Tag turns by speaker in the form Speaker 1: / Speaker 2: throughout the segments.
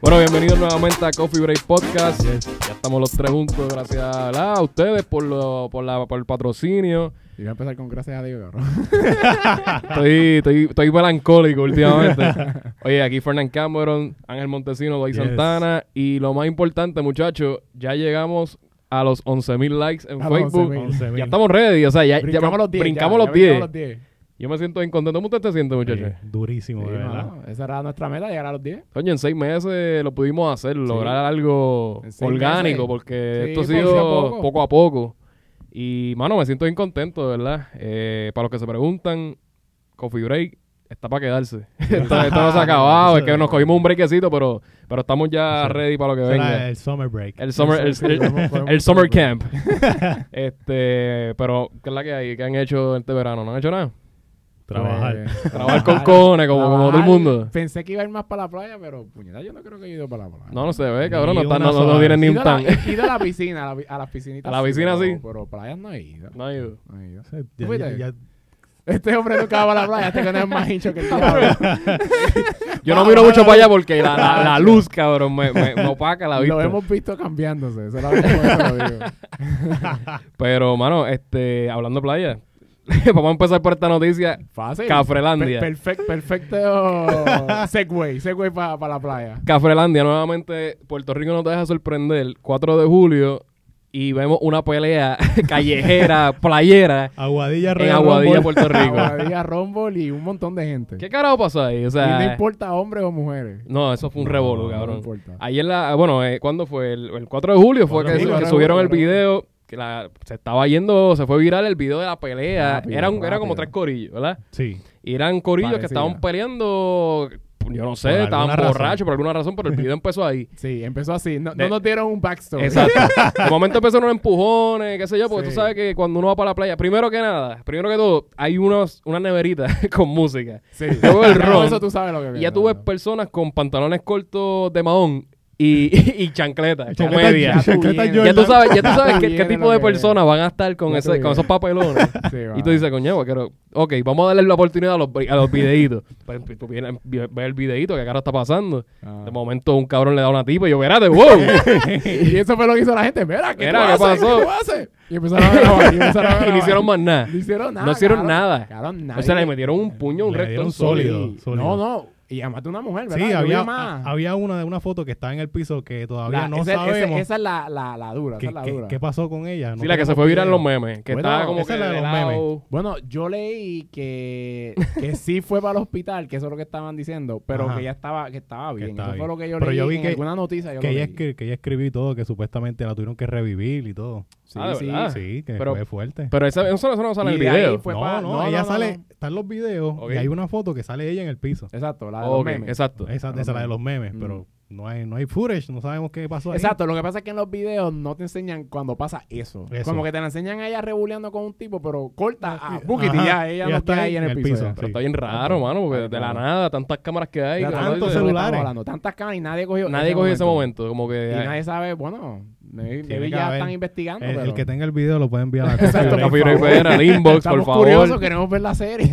Speaker 1: Bueno, bienvenidos nuevamente a Coffee Break Podcast. Ya estamos los tres juntos, gracias ¿verdad? a ustedes por, lo, por, la, por el patrocinio.
Speaker 2: Y voy a empezar con gracias a Dios, cabrón.
Speaker 1: Estoy, estoy, estoy melancólico últimamente. Oye, aquí Fernán Cameron, Ángel Montesino, Doy
Speaker 3: Yes.
Speaker 1: Santana. Y lo más importante, muchachos, ya llegamos a los 11.000 likes en
Speaker 2: A los
Speaker 1: Facebook.
Speaker 2: 11.000.
Speaker 1: Ya estamos ready, o sea, ya
Speaker 2: Brincamos
Speaker 1: ya-
Speaker 2: los 10.
Speaker 1: brincamos
Speaker 2: ya,
Speaker 1: los
Speaker 2: ya
Speaker 1: 10.
Speaker 2: los 10.
Speaker 1: Yo me siento bien contento. ¿Cómo usted se siente, muchachos?
Speaker 3: Eh, durísimo,
Speaker 2: Sí,
Speaker 3: de verdad.
Speaker 2: mano, esa era nuestra meta, llegar a los 10.
Speaker 1: Coño, en seis meses lo pudimos hacer, lograr algo
Speaker 2: En seis
Speaker 1: orgánico,
Speaker 2: meses.
Speaker 1: porque
Speaker 2: Sí,
Speaker 1: esto ha
Speaker 2: poco a
Speaker 1: sido
Speaker 2: poco.
Speaker 1: poco a poco. Y, mano, me siento bien contento, de verdad. Eh, para los que se preguntan, Coffee Break está para quedarse. esto, esto no se ha acabado, es que nos cogimos un breakecito, pero, pero estamos ya
Speaker 3: Sí.
Speaker 1: ready para lo que
Speaker 3: Será
Speaker 1: venga.
Speaker 3: el summer break.
Speaker 1: El summer, el, el-
Speaker 2: Podemos- podemos-
Speaker 1: el summer
Speaker 2: podemos-
Speaker 1: camp. este, pero, ¿qué es la que hay? ¿Qué han hecho este verano? ¿No han hecho nada? Eh,
Speaker 3: Trabajar.
Speaker 2: Pues,
Speaker 1: Trabajar con cojones, como, como todo el
Speaker 2: trabajar.
Speaker 1: mundo.
Speaker 2: Pensé que iba a ir más para la playa, pero puñeta, yo no creo que he ido para la playa.
Speaker 1: No, no se ve, cabrón. No,
Speaker 3: Ni
Speaker 1: está-
Speaker 3: una
Speaker 1: no, no, no
Speaker 3: sola
Speaker 1: tienen
Speaker 2: He
Speaker 1: ni
Speaker 2: ido
Speaker 1: un
Speaker 2: a la-
Speaker 1: tan.
Speaker 2: He ido a la piscina, a, la, pi- a las piscinitas.
Speaker 1: A la piscina sí.
Speaker 2: Pero, pero playas no he ido.
Speaker 1: No hay duda.
Speaker 2: No he ido.
Speaker 3: Sí, ya-
Speaker 2: ¿Fuiste?
Speaker 3: ya- ya-
Speaker 2: Este hombre nunca va a la playa, este que no es más hincho que el diablo.
Speaker 1: Yo no miro mucho para allá porque la, la- la luz, cabrón, me, me, me opaca la
Speaker 2: Lo
Speaker 1: vista.
Speaker 2: hemos visto cambiándose. Se lo por eso lo digo.
Speaker 1: Pero, mano, este, hablando de playa, vamos a empezar por esta noticia.
Speaker 2: Fácil.
Speaker 1: Cafrelandia.
Speaker 2: Per- perfect- perfecto segway, segway para la playa.
Speaker 1: Cafrelandia, nuevamente, Puerto Rico no te deja sorprender. 4 de julio y vemos una pelea callejera, playera,
Speaker 3: Aguadilla
Speaker 1: en
Speaker 3: Royal
Speaker 1: Aguadilla,
Speaker 3: Rumble.
Speaker 1: Puerto Rico.
Speaker 2: Aguadilla, Rumble y un montón de gente.
Speaker 1: ¿Qué carajo pasó ahí? O
Speaker 2: Y no
Speaker 1: sea,
Speaker 2: importa hombres o mujeres.
Speaker 1: no, eso fue un
Speaker 3: No,
Speaker 1: revolú,
Speaker 3: no
Speaker 1: cabrón.
Speaker 2: importa.
Speaker 1: Ayer, la, bueno, eh, ¿cuándo fue? El, el 4 de julio fue
Speaker 3: 4
Speaker 1: que,
Speaker 3: de julio,
Speaker 1: que
Speaker 2: ¿no?
Speaker 1: subieron el
Speaker 2: Claro.
Speaker 1: video. Que la, se estaba yendo, se fue viral el video de la pelea.
Speaker 2: Rápido,
Speaker 1: era, un- era como
Speaker 2: rápido.
Speaker 1: tres corillos, ¿verdad?
Speaker 3: Sí.
Speaker 1: Y eran corillos que
Speaker 2: Parecía.
Speaker 1: estaban peleando, yo no sé,
Speaker 3: Por
Speaker 1: estaban
Speaker 3: alguna razón.
Speaker 1: borrachos por alguna razón, pero el video empezó ahí.
Speaker 2: Sí, empezó así. No, no
Speaker 1: De-
Speaker 2: nos dieron un backstory.
Speaker 1: Exacto. De momento empezaron unos empujones, qué sé yo, porque
Speaker 2: Sí.
Speaker 1: tú sabes que cuando uno va para la playa, primero que nada, primero que todo, hay unos, una neverita con música.
Speaker 2: Sí.
Speaker 1: Luego el
Speaker 2: Por
Speaker 1: ron.
Speaker 2: Eso tú sabes lo que
Speaker 1: Y
Speaker 2: viene.
Speaker 1: ya tú ves personas con pantalones cortos de mahón y, y, chancletas,
Speaker 3: Chancleta-
Speaker 1: comedia.
Speaker 2: ya-
Speaker 3: chancleta
Speaker 2: Ya tú
Speaker 1: Ya
Speaker 3: Jordan.
Speaker 1: tú sabes, ya tú sabes
Speaker 2: Tú
Speaker 1: qué, qué
Speaker 2: vienes
Speaker 1: tipo
Speaker 2: lo
Speaker 1: de
Speaker 2: que
Speaker 1: personas van a estar con,
Speaker 2: Ya
Speaker 1: ese,
Speaker 2: tú
Speaker 1: con esos
Speaker 2: vienes.
Speaker 1: papelones.
Speaker 2: Sí,
Speaker 1: Y
Speaker 2: va.
Speaker 1: tú dices, coño, pero, ok, vamos a darle la oportunidad a los, a los videitos. Pues, tú vienes, ve ve el videito que acá está pasando.
Speaker 2: Ah.
Speaker 1: De momento un cabrón le da a una tipa y yo, verate, wow.
Speaker 2: Y eso fue lo que hizo la gente. Mira, ¿qué,
Speaker 1: Mira,
Speaker 2: tú
Speaker 1: ¿qué
Speaker 2: haces?
Speaker 1: pasó?
Speaker 2: ¿Qué tú haces? Y empezaron a grabar. Y, empezaron a
Speaker 1: y no
Speaker 2: grabar.
Speaker 1: hicieron más nada.
Speaker 2: No hicieron nada.
Speaker 1: No hicieron
Speaker 2: cabrón.
Speaker 1: nada.
Speaker 2: Cabrón,
Speaker 1: O sea,
Speaker 2: nadie-
Speaker 1: le metieron un puño, un
Speaker 3: Le
Speaker 1: resto
Speaker 3: dieron
Speaker 1: sólido.
Speaker 3: sólido.
Speaker 2: Sí.
Speaker 3: sólido.
Speaker 2: No, no. Y además de una mujer, ¿verdad?
Speaker 3: Sí,
Speaker 2: Yo vi
Speaker 3: había,
Speaker 2: más.
Speaker 3: a- había una de una foto que estaba en el piso que todavía
Speaker 2: La-
Speaker 3: no
Speaker 2: esa, esa-
Speaker 3: sabemos
Speaker 2: esa es la, la, la dura,
Speaker 3: qué,
Speaker 2: esa es la
Speaker 3: qué-
Speaker 2: dura.
Speaker 3: qué pasó con ella. No
Speaker 1: Sí, la que se
Speaker 3: tenemos
Speaker 1: fue viral en los
Speaker 3: video.
Speaker 1: memes. Que
Speaker 2: Bueno,
Speaker 1: estaba como
Speaker 3: esa
Speaker 1: que
Speaker 3: es la de
Speaker 1: de
Speaker 3: los
Speaker 1: lado.
Speaker 3: memes.
Speaker 2: Bueno, yo leí que, que sí fue para el hospital, que eso es lo que estaban diciendo, pero
Speaker 3: Ajá.
Speaker 2: que ya estaba, que estaba bien.
Speaker 3: estaba
Speaker 2: eso fue
Speaker 3: bien.
Speaker 2: lo que yo
Speaker 3: Pero
Speaker 2: leí
Speaker 3: yo vi
Speaker 2: en
Speaker 3: que-
Speaker 2: alguna noticia. Yo
Speaker 3: Que
Speaker 2: lo
Speaker 3: ella,
Speaker 2: leí.
Speaker 3: escri- que ella escribió y todo, que supuestamente la tuvieron que revivir y todo.
Speaker 2: Sí,
Speaker 1: Ah, ¿de
Speaker 2: sí.
Speaker 1: verdad? Ah,
Speaker 3: sí, que
Speaker 1: pero-
Speaker 3: fue fuerte.
Speaker 1: Pero esa- eso, eso no sale en el
Speaker 2: Y de ahí
Speaker 1: video.
Speaker 2: fue
Speaker 3: no,
Speaker 2: pa-
Speaker 3: no,
Speaker 2: no,
Speaker 3: ella
Speaker 2: no,
Speaker 3: sale,
Speaker 2: no.
Speaker 3: están los videos
Speaker 1: Ok.
Speaker 3: y hay una foto que sale ella en el piso.
Speaker 2: Exacto, la de los
Speaker 1: Ok,
Speaker 2: memes.
Speaker 1: exacto.
Speaker 3: Esa,
Speaker 2: los
Speaker 3: esa la de los memes,
Speaker 2: Mm.
Speaker 3: pero no hay, no hay footage, no sabemos qué pasó ahí.
Speaker 2: Exacto, lo que pasa es que en los videos no te enseñan cuando pasa eso.
Speaker 3: Eso.
Speaker 2: Como que te la enseñan a ella rebuleando con un tipo, pero corta a
Speaker 3: sí.
Speaker 2: Bukit y
Speaker 3: Ajá,
Speaker 2: ya, ella
Speaker 3: ya
Speaker 2: no
Speaker 3: está
Speaker 2: está ahí en el piso. ya.
Speaker 1: Pero
Speaker 3: Sí.
Speaker 1: está bien raro, mano, porque de la nada, tantas cámaras que hay.
Speaker 2: Ya
Speaker 1: que
Speaker 3: tanto
Speaker 1: nadie-
Speaker 2: tantos
Speaker 3: celular.
Speaker 2: celulares.
Speaker 3: celulares.
Speaker 2: hablando, Tantas cámaras y nadie cogió
Speaker 1: Nadie cogió ese momento. Como que.
Speaker 2: Y nadie sabe, bueno, maybe
Speaker 3: Tiene
Speaker 2: maybe
Speaker 3: que
Speaker 2: ya
Speaker 3: haber-
Speaker 2: están investigando.
Speaker 3: El, Eh, el
Speaker 2: pero...
Speaker 3: que tenga el video lo puede enviar a la Coffee
Speaker 1: Exacto,
Speaker 3: Break.
Speaker 1: Café Break Fan, al inbox, por
Speaker 2: Estamos
Speaker 1: favor.
Speaker 2: curiosos, queremos ver la serie.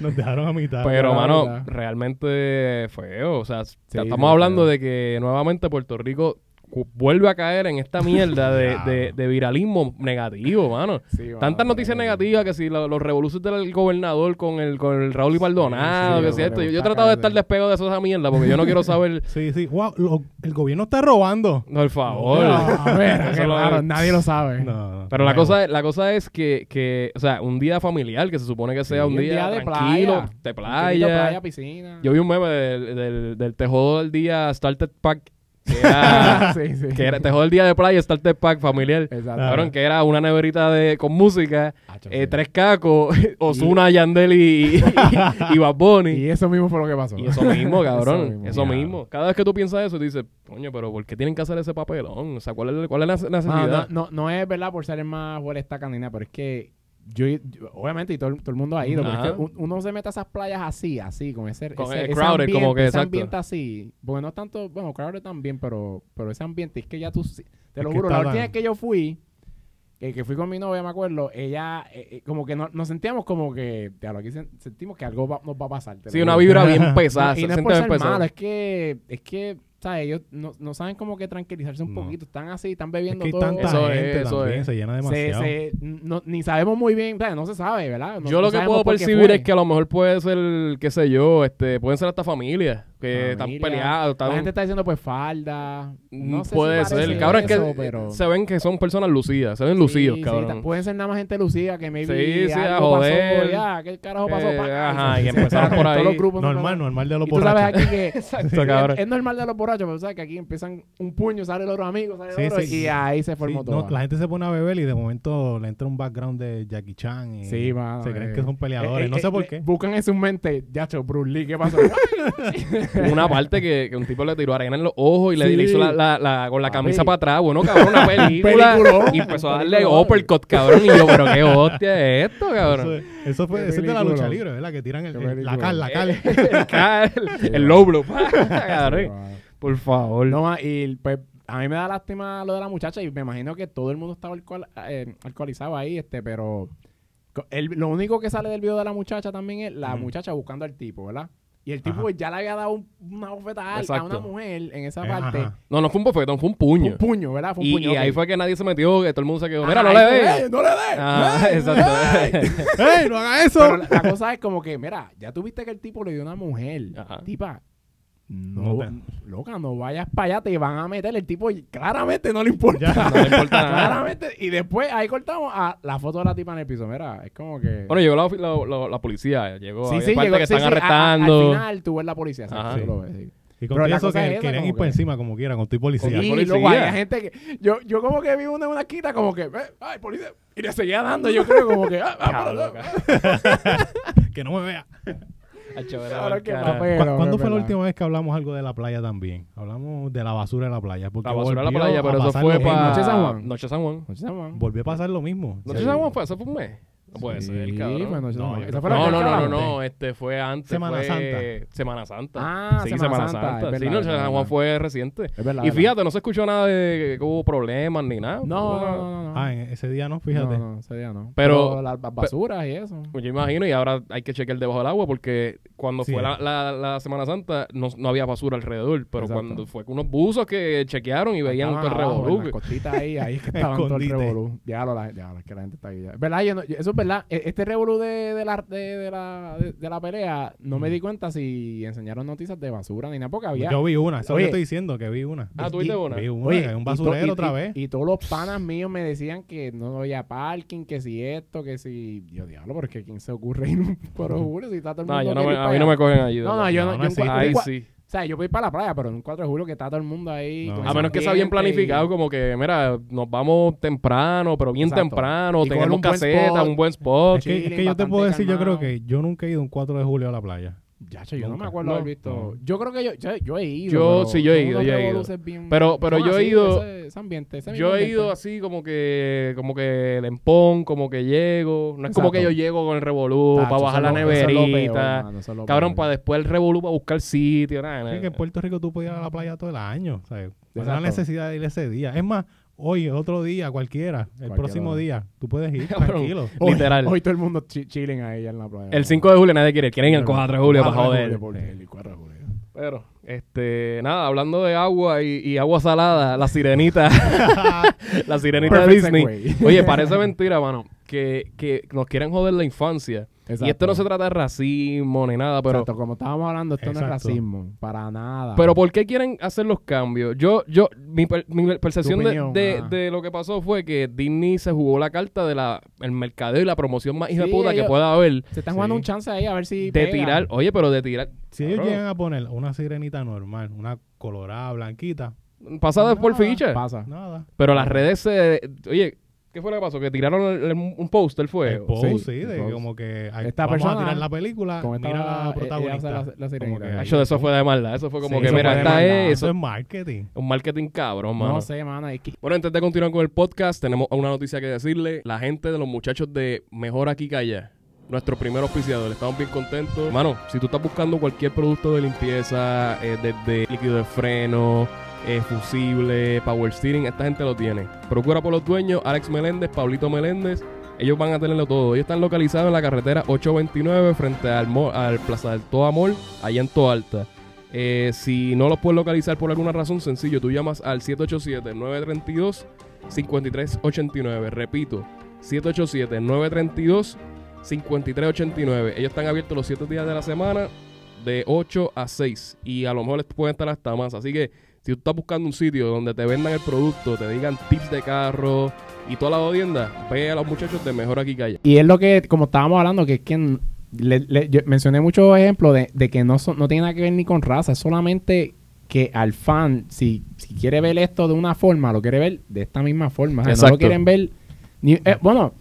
Speaker 3: Nos dejaron a mitad.
Speaker 1: Pero,
Speaker 2: la
Speaker 1: mano,
Speaker 2: verdad.
Speaker 1: realmente feo. O sea, ya
Speaker 2: sí,
Speaker 1: estamos
Speaker 2: fue
Speaker 1: hablando
Speaker 2: feo.
Speaker 1: de que nuevamente Puerto Rico cu- vuelve a caer en esta mierda de, de- de viralismo negativo, mano. Tantas noticias negativas que si lo- los revoluciones del gobernador con el, con el Raúl y Maldonado,
Speaker 2: sí,
Speaker 1: que
Speaker 2: sí,
Speaker 1: si
Speaker 2: le
Speaker 1: esto. Yo, yo he
Speaker 2: gusta
Speaker 1: tratado de estar
Speaker 2: caerle.
Speaker 1: despegado de esa mierda porque yo no quiero saber.
Speaker 3: Sí, sí. Wow, lo- el gobierno está robando.
Speaker 1: No, por favor.
Speaker 2: No, a ver,
Speaker 1: Eso
Speaker 2: Ah, qué
Speaker 1: lo-
Speaker 2: raro, nadie lo sabe.
Speaker 3: No, no,
Speaker 1: Pero la
Speaker 3: nuevo.
Speaker 1: cosa, es- la cosa es que, que, o sea, un día familiar, que se supone que sea un, día, tranquilo, de
Speaker 2: Tranquilito,
Speaker 1: playa.
Speaker 2: playa, piscina.
Speaker 1: Yo vi un meme del, del, del te jodo el día Started Pack, que era,
Speaker 2: sí, sí.
Speaker 1: que era te jodo el día de playa Started Pack familiar.
Speaker 2: Exacto.
Speaker 1: Cabrón, que era una neverita de, con música,
Speaker 2: Hacho,
Speaker 1: eh,
Speaker 2: sí.
Speaker 1: tres cacos, Osuna, Yandel y, y, y Bad
Speaker 2: Y
Speaker 1: Bunny.
Speaker 2: eso mismo fue lo que pasó.
Speaker 1: Y eso mismo, cabrón. Eso
Speaker 2: Eso
Speaker 1: mismo.
Speaker 2: mismo.
Speaker 1: Cada vez que tú piensas eso, dices, coño, pero ¿por qué tienen que hacer ese papelón? O sea, ¿cuál es, cuál es la
Speaker 2: Mano,
Speaker 1: necesidad?
Speaker 2: Ah, no, no, no es verdad por ser más buena esta canina, pero es que yo, yo- obviamente, y todo, el- todo el mundo ha ido,
Speaker 1: Ajá.
Speaker 2: pero es que un- uno se mete a esas playas así, así, con ese,
Speaker 1: Con
Speaker 2: ese,
Speaker 1: el
Speaker 2: ese
Speaker 1: crowded,
Speaker 2: ambiente,
Speaker 1: como que,
Speaker 2: ese
Speaker 1: exacto.
Speaker 2: ambiente así. Porque no es tanto, bueno, crowded también, pero, pero ese ambiente, es que ya tú, si- te
Speaker 3: Es
Speaker 2: lo
Speaker 3: que
Speaker 2: juro, la
Speaker 3: está
Speaker 2: última
Speaker 3: tan-
Speaker 2: vez que yo fui, que, que fui con mi novia, me acuerdo, ella, eh, eh, como que no- nos sentíamos como que, ya lo aquí sen- sentimos que algo va- nos va a pasar. te lo
Speaker 1: Sí, una
Speaker 2: juro.
Speaker 1: vibra bien pesada. se
Speaker 2: Y no es
Speaker 1: siente
Speaker 2: por
Speaker 1: bien
Speaker 2: ser
Speaker 1: pesada.
Speaker 2: malo, es que, es que sea, ellos no, no saben como que tranquilizarse un
Speaker 3: No.
Speaker 2: poquito. Están así, están
Speaker 3: Es
Speaker 2: bebiendo
Speaker 3: que hay
Speaker 2: todo.
Speaker 3: tanta
Speaker 1: Eso es,
Speaker 3: gente
Speaker 1: eso
Speaker 3: también,
Speaker 1: es.
Speaker 3: se llena
Speaker 2: Se-
Speaker 3: demasiado.
Speaker 2: se- no- ni sabemos muy bien, o sea, no se sabe, ¿verdad? No-
Speaker 1: Yo
Speaker 2: no
Speaker 1: lo que
Speaker 2: sabemos
Speaker 1: puedo
Speaker 2: por qué
Speaker 1: percibir
Speaker 2: fue.
Speaker 1: es que a lo mejor puede ser, qué sé yo, este, pueden ser hasta familias que eh, están
Speaker 2: Familia.
Speaker 1: peleadas. están- Mm,
Speaker 2: La gente está diciendo pues falda. No sé
Speaker 1: puede
Speaker 2: si
Speaker 1: ser.
Speaker 2: parece
Speaker 1: Cabrón, es que
Speaker 2: eso, pero...
Speaker 1: se ven que son personas lucidas, se ven
Speaker 2: Sí,
Speaker 1: lucidos,
Speaker 2: sí, ta-
Speaker 1: cabrón.
Speaker 2: pueden ser nada más gente lucida que maybe
Speaker 1: Sí, sí, a
Speaker 2: algo
Speaker 1: joder.
Speaker 2: pasó, ya, ¿qué carajo pasó?
Speaker 1: Eh,
Speaker 2: Pa-
Speaker 1: ajá,
Speaker 2: se-
Speaker 1: y
Speaker 2: se- se-
Speaker 1: empezaron por
Speaker 2: todos
Speaker 1: ahí.
Speaker 2: los grupos,
Speaker 3: normal, normal de los
Speaker 2: Y tú sabes
Speaker 3: borrachos.
Speaker 2: aquí que
Speaker 1: Esto, cabrón.
Speaker 2: es, es normal de los borrachos, pero sabes que aquí empiezan un puño, sale el otro amigo, sale el
Speaker 3: Sí,
Speaker 2: otro
Speaker 3: sí,
Speaker 2: y
Speaker 3: sí.
Speaker 2: ahí se
Speaker 3: Sí,
Speaker 2: formó
Speaker 3: no,
Speaker 2: todo.
Speaker 3: la gente se pone a beber y de momento le entra un background de Jackie Chan y
Speaker 2: Sí, mano,
Speaker 3: se creen
Speaker 2: eh.
Speaker 3: que son
Speaker 2: Eh,
Speaker 3: peleadores.
Speaker 2: eh,
Speaker 3: no sé
Speaker 2: eh,
Speaker 3: por
Speaker 2: le-
Speaker 3: qué.
Speaker 2: Buscan en su mente, ya, chao, Bruce Lee, ¿qué pasó?
Speaker 1: Hubo una parte que, que un tipo le tiró arena en los ojos y le,
Speaker 2: Sí.
Speaker 1: le hizo la, la- la- con la
Speaker 2: Papi.
Speaker 1: camisa para atrás. Bueno, cabrón, una película.
Speaker 2: Peliculón,
Speaker 1: y empezó a darle
Speaker 2: peliculón.
Speaker 1: uppercut, cabrón. Y yo, pero qué hostia es esto,
Speaker 3: Eso,
Speaker 1: cabrón.
Speaker 3: es- eso fue,
Speaker 2: Qué
Speaker 3: eso es de la lucha
Speaker 2: ridículo.
Speaker 3: libre, ¿verdad? Que tiran el,
Speaker 2: Qué
Speaker 3: el- la
Speaker 2: ridículo.
Speaker 3: cal, la cal.
Speaker 1: el, el low blow. cabrón. Por favor.
Speaker 2: No, ma, y pues a mí me da lástima lo de la muchacha y me imagino que todo el mundo estaba alcohol- eh, alcoholizado ahí, este, pero co- el- lo único que sale del video de la muchacha también es la
Speaker 3: Ujú.
Speaker 2: muchacha buscando al tipo, ¿verdad? Y el tipo
Speaker 3: Ajá.
Speaker 2: pues, ya le había dado un- una bofetada al- a una
Speaker 1: Exacto.
Speaker 2: mujer en esa
Speaker 3: Eh,
Speaker 2: parte.
Speaker 3: ajá.
Speaker 1: No, no fue un bofetón, fue un
Speaker 2: Fue
Speaker 1: puño.
Speaker 2: Un puño, ¿verdad? Fue un
Speaker 1: Y,
Speaker 2: puño.
Speaker 1: y ahí
Speaker 2: ok.
Speaker 1: fue que nadie se metió, que todo el mundo se quedó.
Speaker 2: Ajá,
Speaker 1: Mira, no
Speaker 2: ahí
Speaker 1: le
Speaker 2: fue,
Speaker 1: des.
Speaker 2: "Ey, ¡No le des!
Speaker 1: Ah, exacto.
Speaker 3: ¡Ey, no haga eso!
Speaker 2: Pero la, la cosa es como que, mira, ya tuviste que el tipo le dio a una mujer.
Speaker 1: Ajá.
Speaker 2: Tipa, no,
Speaker 3: No te-
Speaker 2: loca, no vayas para allá, te van a meter. El tipo claramente no le importa.
Speaker 1: No le importa nada.
Speaker 2: claramente. Y después ahí cortamos a la foto de la tipa en el piso. Mira, es como que.
Speaker 1: Bueno, llegó la, la- la- la policía, llegó.
Speaker 2: sí,
Speaker 1: había
Speaker 2: sí,
Speaker 1: parte
Speaker 2: llegó-
Speaker 1: que
Speaker 2: sí,
Speaker 1: están
Speaker 2: sí, a- a-
Speaker 1: arrestando.
Speaker 2: al final tú ves la policía. exacto,
Speaker 1: Ajá.
Speaker 2: tú lo ves, sí.
Speaker 3: Y
Speaker 2: Pero
Speaker 3: con
Speaker 2: la
Speaker 3: eso
Speaker 2: cosa es
Speaker 3: que
Speaker 2: esa,
Speaker 3: querían
Speaker 2: como
Speaker 3: ir por
Speaker 2: que-
Speaker 3: encima como quieran, con tu policía.
Speaker 1: Sí.
Speaker 2: Y
Speaker 1: policía.
Speaker 2: luego había gente que. Yo, yo como que vi una, una quita como que. eh, ay, policía. Y le seguía dando. Yo creo como que. ah, ah,
Speaker 1: Cabrón,
Speaker 2: para-
Speaker 1: loca.
Speaker 3: Que no me vea.
Speaker 1: Hacho, era
Speaker 2: Cabrón,
Speaker 1: mal
Speaker 2: qué
Speaker 1: cara.
Speaker 2: papel.
Speaker 3: ¿Cu-
Speaker 2: Pero,
Speaker 3: ¿Cuándo
Speaker 2: es
Speaker 3: fue la
Speaker 2: verdad.
Speaker 3: última vez que hablamos algo de la playa también? Hablamos de la basura de la playa. Porque
Speaker 1: La basura de la
Speaker 3: volvió
Speaker 1: playa,
Speaker 3: a
Speaker 1: pero eso
Speaker 3: pasar
Speaker 1: fue
Speaker 3: lo mismo.
Speaker 1: para
Speaker 2: Noche San Juan.
Speaker 1: Noche San Juan.
Speaker 2: No sé, Pues man.
Speaker 3: Volvió a pasar lo mismo.
Speaker 1: Noche
Speaker 3: Sí.
Speaker 1: San Juan fue, eso fue un mes. No puede ser,
Speaker 2: Sí,
Speaker 1: cabrón.
Speaker 2: fue Noche San
Speaker 3: No,
Speaker 2: Juan.
Speaker 3: yo
Speaker 2: Esa
Speaker 3: creo
Speaker 2: fue la
Speaker 1: No,
Speaker 2: que
Speaker 1: no, no, no,
Speaker 2: hablamos.
Speaker 1: no, este fue antes.
Speaker 3: Semana
Speaker 1: fue Semana Santa.
Speaker 2: Ah,
Speaker 1: sí,
Speaker 2: Semana
Speaker 1: Semana,
Speaker 2: Santa,
Speaker 1: Santa.
Speaker 2: es
Speaker 1: sí,
Speaker 2: verdad,
Speaker 1: no,
Speaker 2: es
Speaker 1: San
Speaker 2: verdad.
Speaker 1: Juan fue reciente.
Speaker 2: Es verdad,
Speaker 1: y
Speaker 2: es verdad.
Speaker 1: fíjate, no se escuchó nada de que hubo problemas ni nada.
Speaker 2: No,
Speaker 1: Hubo-
Speaker 2: no, no, no.
Speaker 3: Ah, en ese día no, fíjate.
Speaker 2: No, no, ese día no.
Speaker 1: Pero-
Speaker 2: las bas- basuras y eso.
Speaker 1: Pues Yo imagino, y ahora hay que chequear debajo del agua porque cuando
Speaker 3: Sí.
Speaker 1: fue la, la- la Semana Santa no, no había basura alrededor, pero
Speaker 2: Exacto.
Speaker 1: cuando fue con unos buzos que chequearon y veían todo el
Speaker 2: Estaban abajo, en
Speaker 1: revolú.
Speaker 2: las costitas ahí, ahí es que estaban todo el
Speaker 3: Escondite.
Speaker 2: revolú. Ya lo, la, ya lo, es que la gente está ahí. ya. ¿Verdad? Yo no- yo- eso es verdad. E- Este revolú de, de la, de, de la, de, de la pelea, no me di cuenta si enseñaron noticias de basura ni nada, porque había...
Speaker 3: Yo vi una, eso
Speaker 2: Oye.
Speaker 3: yo estoy diciendo que vi una.
Speaker 1: Ah, ¿tuviste
Speaker 3: Vi-
Speaker 1: una?
Speaker 3: Vi una,
Speaker 2: Oye,
Speaker 3: que hay un
Speaker 2: y to-
Speaker 3: basurero
Speaker 2: y-
Speaker 3: otra
Speaker 2: y-
Speaker 3: vez.
Speaker 2: Y, todos los panas míos me decían que no había parking, que si esto, que si... Yo, diablo, porque ¿quién se ocurre ir un poro juro si está todo el
Speaker 1: No, Ah,
Speaker 2: mundo...
Speaker 1: yo no
Speaker 2: quiere
Speaker 1: me-
Speaker 2: ir
Speaker 1: a
Speaker 2: para
Speaker 1: mí no
Speaker 2: allá?
Speaker 1: me cogen ayuda.
Speaker 2: No, no, yo no.
Speaker 3: No, no
Speaker 2: yo en
Speaker 3: existe.
Speaker 2: cua- en
Speaker 1: Ahí
Speaker 2: cua-
Speaker 1: sí.
Speaker 2: O sea, yo voy para la playa, pero en un 4 de julio que está todo el mundo ahí.
Speaker 3: No.
Speaker 2: con
Speaker 3: A
Speaker 1: A
Speaker 2: ese
Speaker 1: menos que sea bien
Speaker 2: ambiente y-
Speaker 1: planificado, como que, mira, nos vamos temprano, pero bien
Speaker 2: Exacto.
Speaker 1: temprano,
Speaker 2: Y coger
Speaker 1: tenemos
Speaker 2: un buen
Speaker 1: caseta,
Speaker 2: spot.
Speaker 1: un buen spot.
Speaker 3: Es que, es
Speaker 2: chilling,
Speaker 3: que yo te
Speaker 2: bastante
Speaker 3: puedo decir, yo
Speaker 2: calmado.
Speaker 3: creo que yo nunca he ido un 4 de julio a la playa.
Speaker 2: Ya, che, yo no me
Speaker 3: Nunca.
Speaker 2: acuerdo haber
Speaker 1: No.
Speaker 2: visto. Yo creo que yo, yo, yo he ido.
Speaker 1: Yo-
Speaker 2: pero
Speaker 1: sí, yo he
Speaker 2: son
Speaker 1: ido,
Speaker 2: unos
Speaker 1: yo he ido.
Speaker 2: revoluces bien-
Speaker 1: Pero- pero
Speaker 2: son
Speaker 1: yo he
Speaker 2: así,
Speaker 1: ido-
Speaker 2: Ese, ese ambiente, ese mismo
Speaker 1: Yo he
Speaker 2: ambiente.
Speaker 1: ido así como que como que el empón, como que llego. No es como
Speaker 2: Exacto.
Speaker 1: que yo llego con el revolú
Speaker 2: Tacho,
Speaker 1: para
Speaker 2: eso
Speaker 1: bajar
Speaker 2: es
Speaker 1: la
Speaker 2: lo- eso es lo peor,
Speaker 1: neverita.
Speaker 2: mano, eso es lo
Speaker 1: Cabrón,
Speaker 2: peor. pues,
Speaker 1: para después el revolú para buscar sitio. nada,
Speaker 3: Es
Speaker 1: nada.
Speaker 3: que en Puerto Rico tú podías ir a la playa todo el año. ¿sabes? No era
Speaker 2: Exacto.
Speaker 3: necesidad de ir ese día. Es más, hoy, otro día, cualquiera, el
Speaker 2: Cualquier
Speaker 3: próximo
Speaker 2: hora.
Speaker 3: día, tú puedes ir
Speaker 1: Cabrón.
Speaker 3: tranquilo.
Speaker 2: Hoy-
Speaker 1: literal.
Speaker 2: Hoy todo el mundo chi- chilling ahí en la playa.
Speaker 1: El 5 de julio nadie quiere, quieren el 4 de julio para joder.
Speaker 2: El 4 de julio.
Speaker 1: Pero, este, nada, hablando de agua y, y agua salada, la sirenita. la sirenita de
Speaker 2: Perfect
Speaker 1: Disney.
Speaker 2: segue.
Speaker 1: Oye, parece mentira, mano, que, que nos quieren joder la infancia. Y esto no se trata de racismo ni nada, pero,
Speaker 2: Exacto, como estábamos hablando, esto no es
Speaker 3: Exacto.
Speaker 2: racismo. Para nada.
Speaker 1: pero ¿por qué quieren hacer los cambios? Yo, yo, mi, per- mi percepción
Speaker 2: Tu
Speaker 1: de-
Speaker 2: opinión,
Speaker 1: de,
Speaker 2: ajá.
Speaker 1: de lo que pasó fue que Disney se jugó la carta de la, el mercadeo y la promoción más hija de
Speaker 2: Sí,
Speaker 1: puta que
Speaker 2: ellos-
Speaker 1: pueda haber.
Speaker 2: se están jugando
Speaker 3: Sí.
Speaker 2: un chance ahí a ver si.
Speaker 1: De
Speaker 2: pega.
Speaker 1: tirar, oye, pero de tirar.
Speaker 3: Si ellos
Speaker 1: Cabrón,
Speaker 3: llegan a poner una sirenita normal, una colorada, blanquita,
Speaker 1: Pasadas por
Speaker 2: Nada,
Speaker 1: ficha.
Speaker 2: Pasa.
Speaker 3: nada.
Speaker 1: Pero las redes se... Oye, ¿qué fue lo que pasó? Que tiraron el- el- un póster, fue.
Speaker 3: El post,
Speaker 2: Pues, sí,
Speaker 3: sí,
Speaker 2: el
Speaker 3: de
Speaker 2: post.
Speaker 3: como que ay,
Speaker 2: Esta
Speaker 3: vamos
Speaker 2: persona,
Speaker 3: a tirar la película,
Speaker 2: como
Speaker 3: mira
Speaker 2: estaba- eh,
Speaker 3: a la
Speaker 2: ella hace
Speaker 3: protagonista.
Speaker 2: la- la sirenita.
Speaker 3: Como que,
Speaker 1: Nacho, de eso fue de maldad. Eso fue como
Speaker 3: Sí,
Speaker 1: que,
Speaker 3: eso
Speaker 1: mira,
Speaker 3: fue de
Speaker 1: esta
Speaker 2: maldad.
Speaker 1: es...
Speaker 3: eso
Speaker 1: Eso
Speaker 3: es marketing.
Speaker 1: un marketing cabrón, mano.
Speaker 2: No sé, mano. Es que
Speaker 1: Bueno, antes de continuar con el podcast, tenemos una noticia que decirle. La gente de los muchachos de Mejor Aquí que Allá, nuestro primer auspiciador, estamos bien contentos. Mano, si tú estás buscando cualquier producto de limpieza, eh, desde líquido de freno, eh, fusible, power steering, esta gente lo tiene. Procura por los dueños, Alex Meléndez, Pablito Meléndez. Ellos van a tenerlo todo. Ellos están localizados en la carretera 829 frente al, mo- al Plaza del Todo Amor, allá en Toalta. Eh, si no los puedes localizar por alguna razón, sencillo, tú llamas al 787-932-5389. Repito, 787-932-5389. Ellos están abiertos los 7 días de la semana, de 8 a 6. Y a lo mejor les pueden estar hasta más. Así que si tú estás buscando un sitio donde te vendan el producto, te digan tips de carro y toda la odienda, ve a los muchachos de Mejor Aquí Calla.
Speaker 2: Y es lo que, como estábamos hablando, que es que le- le- yo mencioné muchos ejemplos de, de que no, son- no tiene nada que ver ni con raza, es solamente que al fan, si, si quiere ver esto de una forma, lo quiere ver de esta misma forma. O sea, no
Speaker 1: Exacto.
Speaker 2: lo quieren ver. ni- eh, bueno,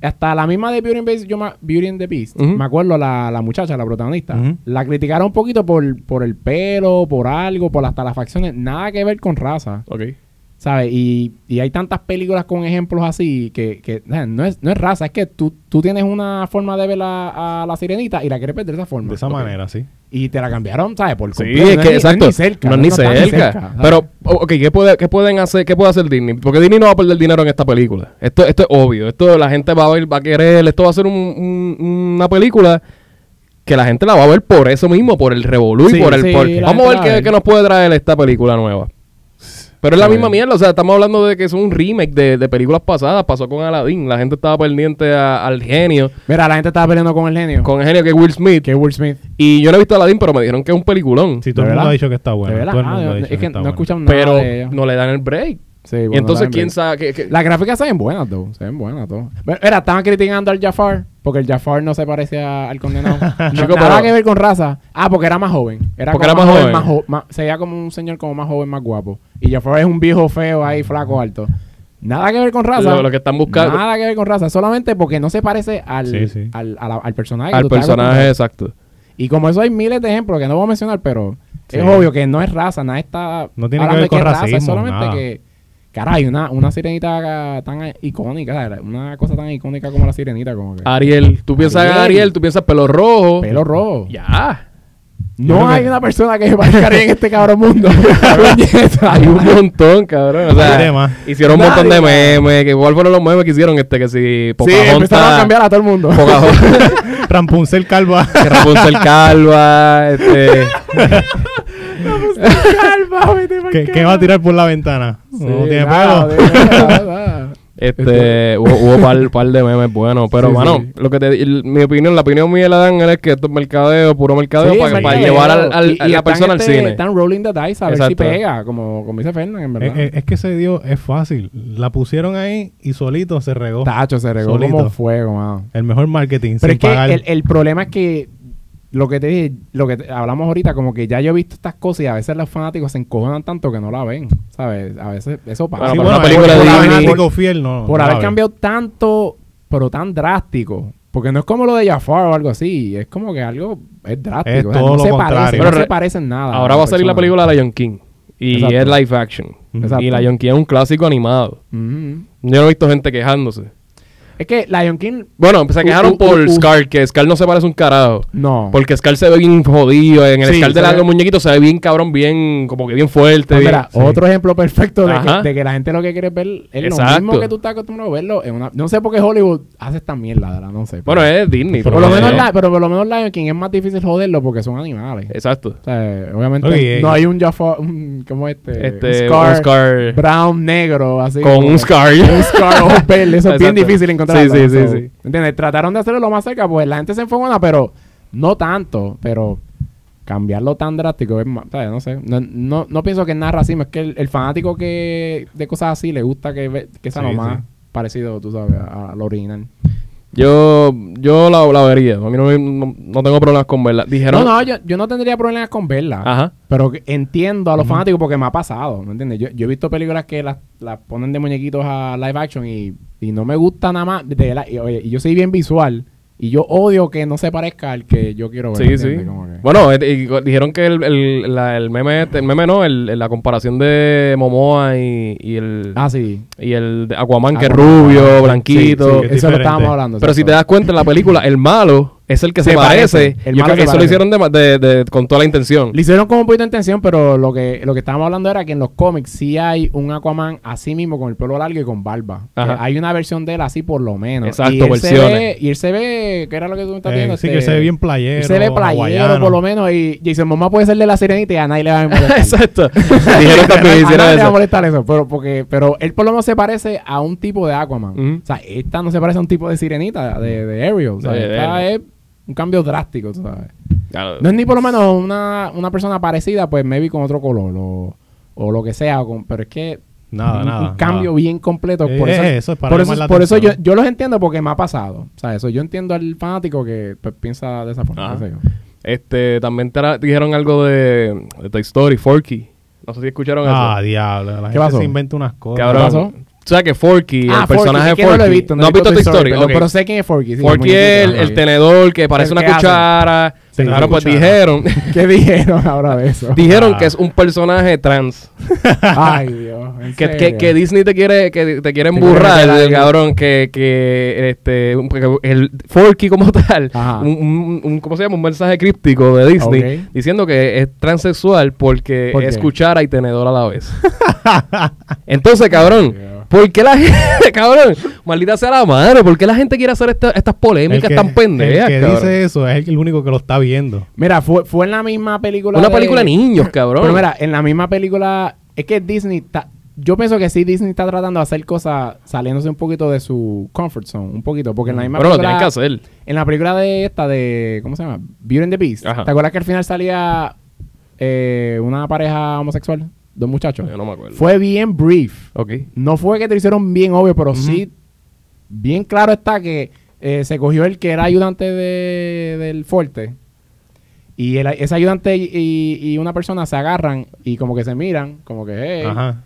Speaker 2: hasta la misma de Beauty and, Beast, yo ma- Beauty and the Beast,
Speaker 1: Ujú.
Speaker 2: me acuerdo la, la muchacha, la protagonista,
Speaker 3: Ujú.
Speaker 2: la criticaron un poquito por, por el pelo, por algo, por hasta las facciones, nada que ver con raza.
Speaker 1: Ok.
Speaker 2: ¿Sabes? Y, y hay tantas películas con ejemplos así que, que, eh, no, es, no es raza, es que tú, tú tienes una forma de ver la, a la sirenita y la quieres ver de esa forma.
Speaker 3: De esa
Speaker 2: Ok.
Speaker 3: manera, sí.
Speaker 2: Y te la cambiaron, ¿sabes? Por
Speaker 1: Sí,
Speaker 2: completo.
Speaker 1: es
Speaker 2: No
Speaker 1: que,
Speaker 2: ni-
Speaker 1: exacto.
Speaker 2: No es ni cerca.
Speaker 1: No es ni
Speaker 2: está
Speaker 1: cerca.
Speaker 2: ¿sabes?
Speaker 1: Pero, o- ok, ¿qué, puede, qué pueden hacer, ¿qué puede hacer Disney? Porque Disney no va a perder dinero en esta película. Esto, esto es obvio. Esto la gente va a ver, va a querer. Esto va a ser un- un- una película que la gente la va a ver por eso mismo, por el revolú y
Speaker 2: Sí,
Speaker 1: por el.
Speaker 2: sí,
Speaker 1: por-
Speaker 2: la
Speaker 1: Vamos a
Speaker 2: gente
Speaker 1: ver
Speaker 2: la
Speaker 1: qué,
Speaker 2: ve.
Speaker 1: qué nos puede traer esta película nueva. Pero es la
Speaker 3: Sí.
Speaker 1: misma mierda, o sea, estamos hablando de que es un remake de, de películas pasadas. Pasó con Aladdin, la gente estaba pendiente a- al genio,
Speaker 2: Mira, la gente estaba peleando con el genio.
Speaker 1: con el genio que es Will Smith.
Speaker 2: Que Will Smith.
Speaker 1: Y yo no he visto Aladdin, pero me dijeron que es un peliculón.
Speaker 3: Sí, todo
Speaker 2: ¿De
Speaker 3: el mundo
Speaker 2: verdad?
Speaker 3: ha dicho que está
Speaker 2: de
Speaker 3: bueno.
Speaker 2: verdad.
Speaker 3: Todo el
Speaker 2: Ah,
Speaker 3: mundo ha dicho
Speaker 2: es que,
Speaker 3: está
Speaker 2: no
Speaker 3: bueno.
Speaker 2: escuchamos nada.
Speaker 1: pero
Speaker 2: de ella.
Speaker 1: no le dan el break.
Speaker 2: Sí, bueno,
Speaker 1: y entonces,
Speaker 2: también.
Speaker 1: ¿quién sabe? que- que-
Speaker 2: Las gráficas se ven buenas, tú. Se ven buenas, todo. Mira, estaban criticando al Jafar. Porque el Jafar no se parece a- al condenado. No,
Speaker 1: Chico,
Speaker 2: nada
Speaker 1: pero-
Speaker 2: que ver con raza. Ah, porque era más joven. Era
Speaker 1: Porque
Speaker 2: como
Speaker 1: era más joven.
Speaker 2: más jo- más- se veía como un señor como más joven, más guapo. Y Jafar es un viejo feo ahí, flaco, alto. Nada que ver con raza.
Speaker 1: Lo- lo que están buscando-
Speaker 2: Nada que ver con raza. Solamente porque no se parece al,
Speaker 3: Sí, sí.
Speaker 2: al, a la- al personaje. que
Speaker 1: al
Speaker 2: tú estás
Speaker 1: personaje,
Speaker 2: acostumbrado.
Speaker 1: exacto.
Speaker 2: Y como eso hay miles de ejemplos que no voy a mencionar, pero es
Speaker 3: Sí.
Speaker 2: obvio que no es raza, nada está.
Speaker 3: No tiene que
Speaker 2: hablando
Speaker 3: ver
Speaker 2: de
Speaker 3: con
Speaker 2: es es
Speaker 3: racismo,
Speaker 2: solamente
Speaker 3: nada.
Speaker 2: que. Caray, una, una sirenita ah, tan icónica, ¿sabes? una cosa tan icónica como la sirenita, como
Speaker 1: Ah,
Speaker 2: que.
Speaker 1: Ariel, tú piensas en
Speaker 2: Ariel.
Speaker 1: Ariel, tú piensas pelo rojo.
Speaker 2: Pelo rojo.
Speaker 1: Ya.
Speaker 2: No hay una persona que se parezca a Ariel en este cabrón mundo. Puñeta.
Speaker 1: Hay un montón, cabrón. O sea,
Speaker 3: Nadie más.
Speaker 1: hicieron un
Speaker 2: Nadie
Speaker 1: montón de
Speaker 2: más.
Speaker 1: memes. Que igual fueron los memes que hicieron este que si
Speaker 2: sí, empezaron a cambiar a todo el mundo.
Speaker 1: Pocahontas,
Speaker 3: Rampuncel Calva.
Speaker 1: que Rapunzel calva, este,
Speaker 2: Calma, vete pa'l
Speaker 3: ¿Qué,
Speaker 2: carajo.
Speaker 3: qué va a tirar por la ventana?
Speaker 2: Sí,
Speaker 3: no tiene
Speaker 2: nada,
Speaker 3: pelo.
Speaker 2: de verdad, nada.
Speaker 1: este, hubo, hubo par, par de memes buenos, pero
Speaker 2: Sí,
Speaker 1: mano,
Speaker 2: sí.
Speaker 1: lo que te, el- mi opinión, la opinión mía de Dan es que esto es mercadeo, puro mercadeo
Speaker 2: Sí,
Speaker 1: para, para
Speaker 2: mercadeo.
Speaker 1: llevar al, al-
Speaker 2: Y- y
Speaker 1: a la
Speaker 2: están
Speaker 1: persona al
Speaker 2: este-
Speaker 1: cine.
Speaker 2: Están rolling the dice a ver si
Speaker 1: Exacto.
Speaker 2: pega, como, como dice Fernan, en verdad.
Speaker 3: Es, es- es que se dio, es fácil. La pusieron ahí y solito se regó.
Speaker 2: Tacho se regó
Speaker 3: Solito.
Speaker 2: como fuego, mano.
Speaker 3: El mejor marketing,
Speaker 2: Pero
Speaker 3: sin
Speaker 2: es que
Speaker 3: pagar.
Speaker 2: el, el problema es que lo que te dije, lo que te- hablamos ahorita, como que ya yo he visto estas cosas y a veces los fanáticos se encojonan tanto que no la ven, ¿sabes? A veces eso pasa.
Speaker 1: Bueno, pero
Speaker 3: Sí, bueno,
Speaker 1: una película
Speaker 3: por
Speaker 1: de
Speaker 3: haber
Speaker 1: Disney-
Speaker 3: sido fiel, no,
Speaker 2: por
Speaker 3: no la
Speaker 2: haber
Speaker 3: ve.
Speaker 2: cambiado tanto, pero tan drástico. Porque no es como lo de Jafar o algo así, es como que algo es drástico.
Speaker 3: Es
Speaker 2: o sea,
Speaker 3: todo
Speaker 2: no
Speaker 3: lo
Speaker 2: se
Speaker 3: contrario.
Speaker 2: parecen,
Speaker 1: Pero
Speaker 2: no se
Speaker 1: re-
Speaker 2: parecen nada.
Speaker 1: Ahora va a salir la
Speaker 2: persona.
Speaker 1: película de Lion King. Y
Speaker 2: Exacto.
Speaker 1: es live action.
Speaker 2: Exacto.
Speaker 1: Y Lion King es un clásico animado.
Speaker 2: Ujú.
Speaker 1: Yo no he visto gente quejándose.
Speaker 2: Es que Lion King,
Speaker 1: Bueno, se
Speaker 2: U-
Speaker 1: quejaron
Speaker 2: u-
Speaker 1: por
Speaker 2: u- u-
Speaker 1: Scar, que Scar no se parece un carajo.
Speaker 2: no.
Speaker 1: Porque Scar se ve bien jodido. En el
Speaker 2: Sí,
Speaker 1: Scar de
Speaker 2: se
Speaker 1: los
Speaker 2: ve-
Speaker 1: muñequitos se ve bien cabrón, bien, como que bien fuerte.
Speaker 2: Ah,
Speaker 1: bien-
Speaker 2: mira,
Speaker 3: sí.
Speaker 2: otro ejemplo perfecto de
Speaker 1: Ajá.
Speaker 2: que, de que la gente lo que quiere es ver es lo
Speaker 1: Exacto.
Speaker 2: mismo que tú estás acostumbrado a verlo. en una- no sé por qué Hollywood hace esta mierda, ¿verdad? No sé.
Speaker 1: Bueno, es Disney.
Speaker 2: Por
Speaker 1: pero-
Speaker 2: lo
Speaker 3: eh,
Speaker 2: menos la- pero por lo menos Lion King es más difícil joderlo porque son animales.
Speaker 1: Exacto.
Speaker 2: O sea, obviamente
Speaker 3: Oye,
Speaker 2: no
Speaker 3: eh.
Speaker 2: hay un Jafar, un- ¿cómo es este?
Speaker 1: Este,
Speaker 2: un Scar,
Speaker 1: un Scar
Speaker 2: brown negro, así.
Speaker 1: con
Speaker 2: como-
Speaker 1: un Scar.
Speaker 2: Un Scar o un Bell, eso es
Speaker 1: Exacto.
Speaker 2: bien difícil encontrar.
Speaker 1: Sí, sí, sí, sí.
Speaker 2: ¿Entiendes? Trataron de hacerlo lo más cerca, pues la gente se enfogona, pero no tanto, pero cambiarlo tan drástico es más, ¿sabes? no sé, no, no, no pienso que es nada racismo, es que el, el fanático que de cosas así le gusta que, ve- que sea
Speaker 3: Sí,
Speaker 2: lo más
Speaker 3: sí.
Speaker 2: parecido, tú sabes, a- al original.
Speaker 1: Yo, yo la, la vería. A mí no, me- no- no tengo problemas con verla. Dijeron.
Speaker 2: no, no, yo, yo no tendría problemas con verla.
Speaker 1: Ajá.
Speaker 2: Pero que- entiendo a los fanáticos porque me ha pasado, ¿me entiendes? Yo, yo he visto películas que las, las ponen de muñequitos a live action y, y no me gusta nada más. de la- y, oye, y yo soy bien visual y yo odio que no se parezca al que yo quiero ver.
Speaker 1: Sí,
Speaker 2: ¿entiendes?
Speaker 1: sí.
Speaker 2: Como que-
Speaker 1: Bueno, eh, y co- dijeron que el, el, la- el meme, este- el meme no, el- el- la comparación de Momoa y, y el
Speaker 2: Ah, sí.
Speaker 1: y el de Aquaman que es
Speaker 2: Aquaman.
Speaker 1: rubio,
Speaker 2: Sí,
Speaker 1: blanquito.
Speaker 2: Eso es
Speaker 3: sí,
Speaker 2: lo que
Speaker 3: diferente.
Speaker 2: estábamos hablando.
Speaker 1: Pero si te das
Speaker 2: exacto.
Speaker 1: cuenta en la película, el malo es el que se,
Speaker 2: Se
Speaker 1: parece.
Speaker 2: parece. El
Speaker 1: Yo
Speaker 2: malo
Speaker 1: creo que
Speaker 2: se
Speaker 1: eso lo
Speaker 2: parece.
Speaker 1: hicieron de, ma- de- de- con toda la intención.
Speaker 2: Le hicieron como un poquito de intención, pero lo que, lo que estábamos hablando era que en los cómics sí hay un Aquaman así mismo con el pelo largo y con barba.
Speaker 1: Ajá.
Speaker 2: Eh, Hay una versión de él así por lo menos.
Speaker 1: Exacto,
Speaker 2: y él se
Speaker 1: versiones.
Speaker 2: ve- y él se ve, ¿qué era lo que tú me estás
Speaker 3: Eh,
Speaker 2: viendo?
Speaker 3: sí,
Speaker 2: Este,
Speaker 3: que se ve bien playero.
Speaker 2: se ve playero
Speaker 3: hawaiano,
Speaker 2: por por lo menos, y Jason Momoa puede ser de la sirenita y a nadie le va a molestar.
Speaker 1: Exacto.
Speaker 4: Dijeron
Speaker 2: a
Speaker 4: también hiciera
Speaker 2: nadie le va a
Speaker 4: eso.
Speaker 2: molestar eso, pero, porque, pero él por lo menos se parece a un tipo de Aquaman.
Speaker 1: Ujú.
Speaker 2: O sea, esta no se parece a un tipo de sirenita, de, de Ariel. O sea,
Speaker 1: De- de
Speaker 2: esta
Speaker 1: Ariel.
Speaker 2: es un cambio drástico, tú ¿sabes?
Speaker 1: Claro.
Speaker 2: No es ni por lo menos una, una persona parecida, pues maybe con otro color o, o lo que sea, o con- pero es que
Speaker 3: Nada,
Speaker 2: un,
Speaker 3: Ah, nada.
Speaker 2: un cambio
Speaker 3: nada.
Speaker 2: bien completo. Por
Speaker 3: Eh,
Speaker 2: eso,
Speaker 3: eh, eso es para
Speaker 2: por
Speaker 3: llamar
Speaker 2: eso,
Speaker 3: la
Speaker 2: por eso yo,
Speaker 3: atención.
Speaker 2: yo los entiendo porque me ha pasado. O sea, eso yo entiendo al fanático que pues, piensa de esa forma.
Speaker 1: Ajá.
Speaker 2: qué sé yo.
Speaker 1: Este, también te la- dijeron algo de, de Toy Story, Forky. No sé si escucharon
Speaker 3: Ah,
Speaker 1: eso.
Speaker 3: diablo. La gente
Speaker 2: pasó?
Speaker 3: se inventa unas cosas.
Speaker 1: Cabrón.
Speaker 2: pasó?
Speaker 1: O sea que Forky,
Speaker 2: Ah,
Speaker 1: el
Speaker 2: Forky,
Speaker 1: personaje
Speaker 2: sí que
Speaker 1: Forky.
Speaker 2: No, lo he visto, no,
Speaker 1: has
Speaker 2: he visto Toy Story,
Speaker 1: Ok.
Speaker 2: perdón, pero sé quién es Forky. sí,
Speaker 1: Forky es el,
Speaker 2: muñequito,
Speaker 1: el
Speaker 2: ajá.
Speaker 1: tenedor que parece
Speaker 2: El
Speaker 1: una
Speaker 2: que hace.
Speaker 1: cuchara.
Speaker 3: Sí,
Speaker 1: claro,
Speaker 3: una
Speaker 1: pues
Speaker 3: cuchara.
Speaker 1: dijeron.
Speaker 2: ¿Qué dijeron ahora de eso?
Speaker 1: dijeron
Speaker 3: Ah.
Speaker 1: que es un personaje trans.
Speaker 2: Ay, Dios. ¿en
Speaker 1: Que, que,
Speaker 2: serio?
Speaker 1: que Disney te quiere, que te quiere
Speaker 2: quiere
Speaker 1: emburrar,
Speaker 2: meter
Speaker 1: el
Speaker 2: algo.
Speaker 1: cabrón, que, que este un- que el Forky como tal,
Speaker 2: Ajá.
Speaker 1: un, un- un- ¿cómo se llama? un mensaje críptico de Disney
Speaker 2: Ok.
Speaker 1: diciendo que es transexual porque
Speaker 2: ¿Por
Speaker 1: es
Speaker 2: qué?
Speaker 1: cuchara y tenedor a la vez. Entonces, cabrón,
Speaker 2: Dios.
Speaker 1: ¿por qué la gente, cabrón? Maldita sea la madre, ¿por qué la gente quiere hacer esta- estas
Speaker 3: El
Speaker 1: polémicas
Speaker 3: que-
Speaker 1: tan pendejas?
Speaker 3: El que
Speaker 1: cabrón?
Speaker 3: dice eso es el único que lo está viendo.
Speaker 2: Mira, fue, fue en la misma película.
Speaker 1: Una
Speaker 2: de-
Speaker 1: película de niños, cabrón.
Speaker 2: Pero mira, en la misma película. Es que Disney está. Yo pienso que sí, Disney está tratando de hacer cosas saliéndose un poquito de su comfort zone. Un poquito. Porque en la misma
Speaker 1: Bueno, Mm. lo tienen
Speaker 2: película.
Speaker 1: que hacer.
Speaker 2: En la película de esta, de. ¿Cómo se llama? Beauty and the Beast.
Speaker 1: Ajá.
Speaker 2: ¿Te acuerdas que al final salía eh, una pareja homosexual? Dos muchachos.
Speaker 1: Yo no me acuerdo.
Speaker 2: Fue bien brief.
Speaker 1: Ok.
Speaker 2: No fue que te lo hicieron bien obvio, pero sí. Bien claro está que eh, se cogió el que era ayudante de- del fuerte. Y el- ese ayudante y, y- y una persona se agarran y como que se miran, como que, hey.
Speaker 3: Ajá.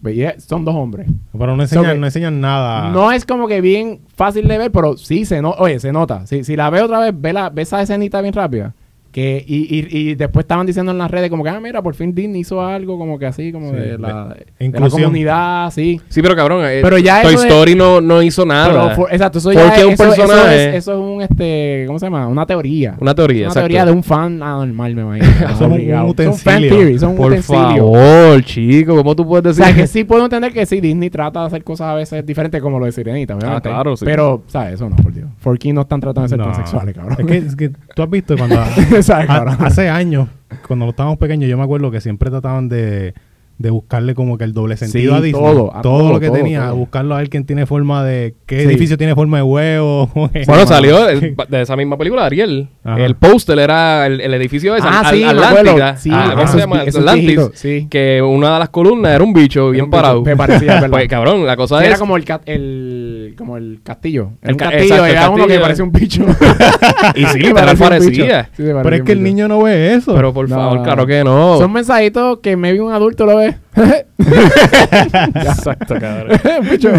Speaker 2: Ve- y, eh, son dos hombres.
Speaker 3: Pero no enseñan,
Speaker 2: So que-
Speaker 3: no enseñan nada.
Speaker 2: No es como que bien fácil de ver, pero sí se nota. Oye, se nota. Si, si la veo otra vez, ve, la, ve esa escenita bien rápida. Que, y, y- y después estaban diciendo en las redes como que, ah, mira, por fin Disney hizo algo como que así, como
Speaker 3: Sí,
Speaker 2: de, la,
Speaker 3: de-
Speaker 2: de la
Speaker 3: inclusión.
Speaker 2: comunidad, sí.
Speaker 1: Sí, pero cabrón, eh,
Speaker 2: Pero ya
Speaker 1: Toy
Speaker 2: eso de-
Speaker 1: Story no, no hizo nada.
Speaker 2: Pero, for- exacto, eso
Speaker 1: Ah, Porque
Speaker 2: ya es,
Speaker 1: un
Speaker 2: eso- eso
Speaker 1: personaje-
Speaker 2: es- eso es un, este, ¿cómo se llama? Una teoría.
Speaker 1: Una teoría,
Speaker 2: Una
Speaker 1: exacto.
Speaker 2: teoría de un fan anormal, me imagino.
Speaker 3: Eso es un
Speaker 2: Obligado. Son fan
Speaker 3: utensilio.
Speaker 2: theory, son
Speaker 1: Por
Speaker 2: utensilios.
Speaker 1: favor, chico, ¿cómo tú puedes
Speaker 2: O
Speaker 1: decir
Speaker 2: sea, que sí puedo entender que sí, Disney trata de hacer cosas a veces diferentes como lo de Sirenita, obviamente.
Speaker 1: Ah, claro, sí.
Speaker 2: Pero, ¿sabes? Eso no, por Dios. Forky no están tratando de ser
Speaker 3: No.
Speaker 2: transexuales, cabrón.
Speaker 3: Es que, es que tú has visto cuando.
Speaker 2: ¿Sabes,
Speaker 3: a-
Speaker 2: cabrón?
Speaker 3: hace años, cuando estábamos pequeños, yo me acuerdo que siempre trataban de, de buscarle como que el doble sentido
Speaker 2: Sí,
Speaker 3: a Disney.
Speaker 2: todo, a todo,
Speaker 3: lo que
Speaker 2: todo,
Speaker 3: tenía,
Speaker 2: todo.
Speaker 3: buscarlo a ver quién tiene forma de. ¿Qué
Speaker 2: Sí.
Speaker 3: edificio tiene forma de huevo?
Speaker 1: Bueno, salió el- de esa misma película, Ariel.
Speaker 3: Ajá.
Speaker 1: El póster era el, el edificio de San
Speaker 2: Ah, sí, me
Speaker 1: Atlántida.
Speaker 2: acuerdo. Sí,
Speaker 1: Ah, ¿Cómo
Speaker 3: esos
Speaker 1: se llama?
Speaker 2: vi- esos
Speaker 1: Atlantis.
Speaker 2: viejitos, sí.
Speaker 1: Que una de las columnas era un bicho bien
Speaker 2: un bicho,
Speaker 1: parado.
Speaker 2: me parecía, es verdad.
Speaker 1: Pues cabrón, la cosa
Speaker 2: Era
Speaker 1: es...
Speaker 2: como el, ca- el, como el castillo. Era
Speaker 1: El
Speaker 2: un
Speaker 1: ca-
Speaker 2: castillo,
Speaker 1: exacto, el
Speaker 2: era uno
Speaker 1: castillo.
Speaker 2: que parecía un bicho.
Speaker 1: Y sí,
Speaker 2: Que
Speaker 1: pero
Speaker 2: un bicho.
Speaker 1: parecía.
Speaker 2: Sí, se
Speaker 3: Pero
Speaker 2: parecía
Speaker 3: es
Speaker 2: un
Speaker 3: que el
Speaker 2: bicho.
Speaker 3: niño no ve eso.
Speaker 1: Pero por
Speaker 2: No,
Speaker 1: favor,
Speaker 2: no.
Speaker 1: claro que no.
Speaker 2: Son mensajitos que me vi un adulto lo ve.
Speaker 1: Exacto, cabrón.
Speaker 2: Un bicho.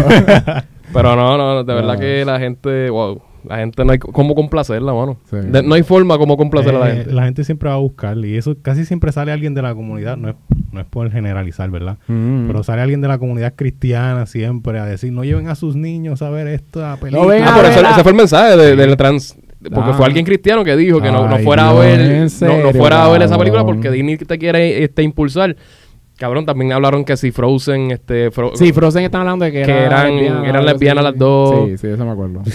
Speaker 1: Pero no, no, no, de verdad
Speaker 2: No.
Speaker 1: que la gente... Wow. La gente no hay cómo complacerla, mano.
Speaker 2: Sí.
Speaker 1: De- no hay forma como complacer a la
Speaker 3: Eh,
Speaker 1: gente.
Speaker 3: La gente siempre va a buscarle. Y eso casi siempre sale alguien de la comunidad. No es, no es por generalizar, ¿verdad?
Speaker 1: Mm.
Speaker 3: Pero sale alguien de la comunidad cristiana siempre a decir, no lleven a sus niños a ver esta película.
Speaker 2: vengan
Speaker 1: Ah,
Speaker 2: a
Speaker 1: pero
Speaker 2: ver
Speaker 1: ese,
Speaker 2: la-
Speaker 1: ese fue el mensaje de- del trans. Porque
Speaker 2: Ah.
Speaker 1: fue alguien cristiano que dijo que no, no
Speaker 2: Ay,
Speaker 1: fuera a
Speaker 2: Dios,
Speaker 1: ver,
Speaker 2: en
Speaker 1: no, no
Speaker 2: serio,
Speaker 1: fuera a ver esa
Speaker 2: cabrón.
Speaker 1: película porque Disney te quiere este, impulsar. Cabrón, también hablaron que si Frozen, este, Fro-
Speaker 2: Sí, Frozen están hablando de que,
Speaker 1: Que eran- eran
Speaker 2: algo
Speaker 1: lesbianas
Speaker 2: así.
Speaker 1: las dos.
Speaker 2: Sí, sí, eso me acuerdo.
Speaker 1: Ay,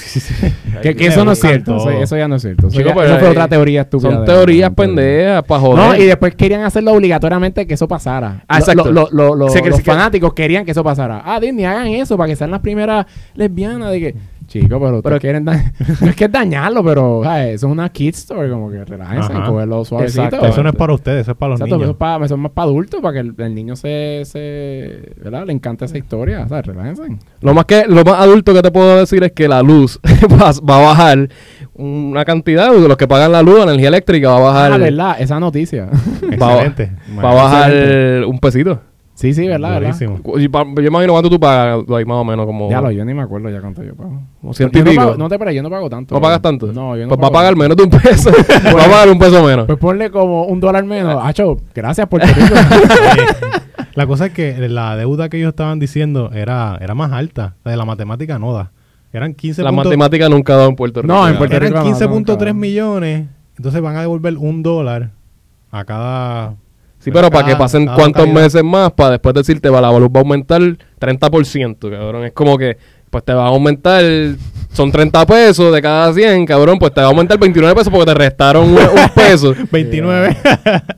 Speaker 2: que, que
Speaker 1: Dios.
Speaker 2: eso no es
Speaker 3: buscan
Speaker 2: cierto.
Speaker 3: todo.
Speaker 2: Eso, eso ya no es cierto. Eso,
Speaker 1: Chico,
Speaker 2: ya-
Speaker 1: pero,
Speaker 2: eso fue
Speaker 1: eh,
Speaker 2: otra teoría estúpida.
Speaker 1: Son
Speaker 2: de-
Speaker 1: teorías
Speaker 2: de-
Speaker 1: pendejas para
Speaker 2: No,
Speaker 1: joder.
Speaker 2: y después querían hacerlo obligatoriamente que eso pasara.
Speaker 1: Ah,
Speaker 2: Lo-
Speaker 1: exacto.
Speaker 2: lo- lo- lo-
Speaker 1: Se cre-
Speaker 2: los
Speaker 1: se cre-
Speaker 2: fanáticos querían que eso pasara. Ah, Disney, hagan eso para que sean las primeras lesbianas. De que, chico, pero, pero quieren da- no es que es dañarlo, pero ¿sabes? eso es una kid story. Como que relájense,
Speaker 3: Ajá.
Speaker 2: cogerlo suavecito.
Speaker 1: Exacto.
Speaker 3: Eso no es para ustedes, eso es para los
Speaker 2: Exacto,
Speaker 3: niños.
Speaker 2: eso es, pa- eso es más para adultos, para que el, el niño se, se. ¿Verdad? Le encanta esa historia. O sea, relájense.
Speaker 1: Lo más que lo más adulto que te puedo decir es que la luz va, va a bajar una cantidad de los que pagan la luz, la energía eléctrica va a bajar
Speaker 2: Ah, ¿verdad? Esa noticia.
Speaker 1: va, a-
Speaker 3: Excelente.
Speaker 1: va a bajar
Speaker 2: Excelente.
Speaker 1: un pesito.
Speaker 2: sí, sí, ¿verdad? ¿verdad?
Speaker 3: Durísimo.
Speaker 1: Cu- y pa- Yo imagino cuánto tú pagas, Dwight, más o menos como
Speaker 2: Ya lo, yo ni me acuerdo ya cuánto yo pago.
Speaker 1: como
Speaker 2: Yo
Speaker 1: ciento y
Speaker 2: no,
Speaker 1: pico.
Speaker 2: pago- no te pero yo no pago tanto.
Speaker 1: ¿No pagas tanto?
Speaker 2: No, yo no
Speaker 1: Pues va a
Speaker 2: pago
Speaker 1: pagar
Speaker 2: tanto.
Speaker 1: menos de un peso. va a pagar un peso menos.
Speaker 2: Pues ponle como un dólar menos.
Speaker 3: Ah.
Speaker 2: Hacho, gracias Puerto Rico.
Speaker 3: Eh, la cosa es que la deuda que ellos estaban diciendo era, era más alta. La de la matemática no da. Eran 15
Speaker 1: la
Speaker 3: punto-
Speaker 1: matemática nunca ha dado en Puerto Rico.
Speaker 2: No, en
Speaker 1: cabrón.
Speaker 2: Puerto
Speaker 3: eran
Speaker 2: Rico no,
Speaker 3: 15.3
Speaker 2: nunca.
Speaker 3: millones. Entonces van a devolver un dólar a cada.
Speaker 1: Sí, pero para que
Speaker 3: cada-
Speaker 1: pasen
Speaker 3: cada
Speaker 1: cuántos
Speaker 3: localidad.
Speaker 1: meses más para después decirte, va, la luz va a aumentar 30%, cabrón. Es como que, pues te va a aumentar son 30 pesos de cada 100, cabrón, pues te va a aumentar 29 pesos porque te restaron un, un peso.
Speaker 3: 29.